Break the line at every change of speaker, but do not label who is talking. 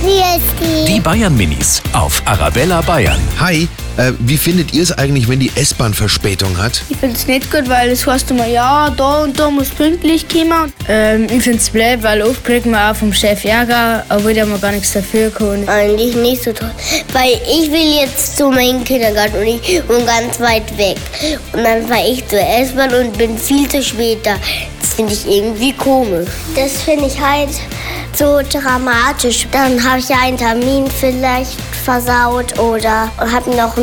Christi.
Die Bayern Minis auf Arabella Bayern.
Hi, äh, wie findet ihr es eigentlich, wenn die S-Bahn Verspätung hat?
Ich find's nicht gut, weil es heißt immer, ja, da und da muss pünktlich kommen.
Ähm, ich find's blöd, weil oft kriegt man auch vom Chef Ärger, obwohl der mal gar nichts dafür kann.
Eigentlich nicht so toll, weil ich will jetzt zu meinem Kindergarten und ich wohne ganz weit weg. Und dann fahre ich zur S-Bahn und bin viel zu spät da. Das finde ich irgendwie komisch. Das finde ich halt so dramatisch. Dann habe ich einen Termin vielleicht versaut oder habe noch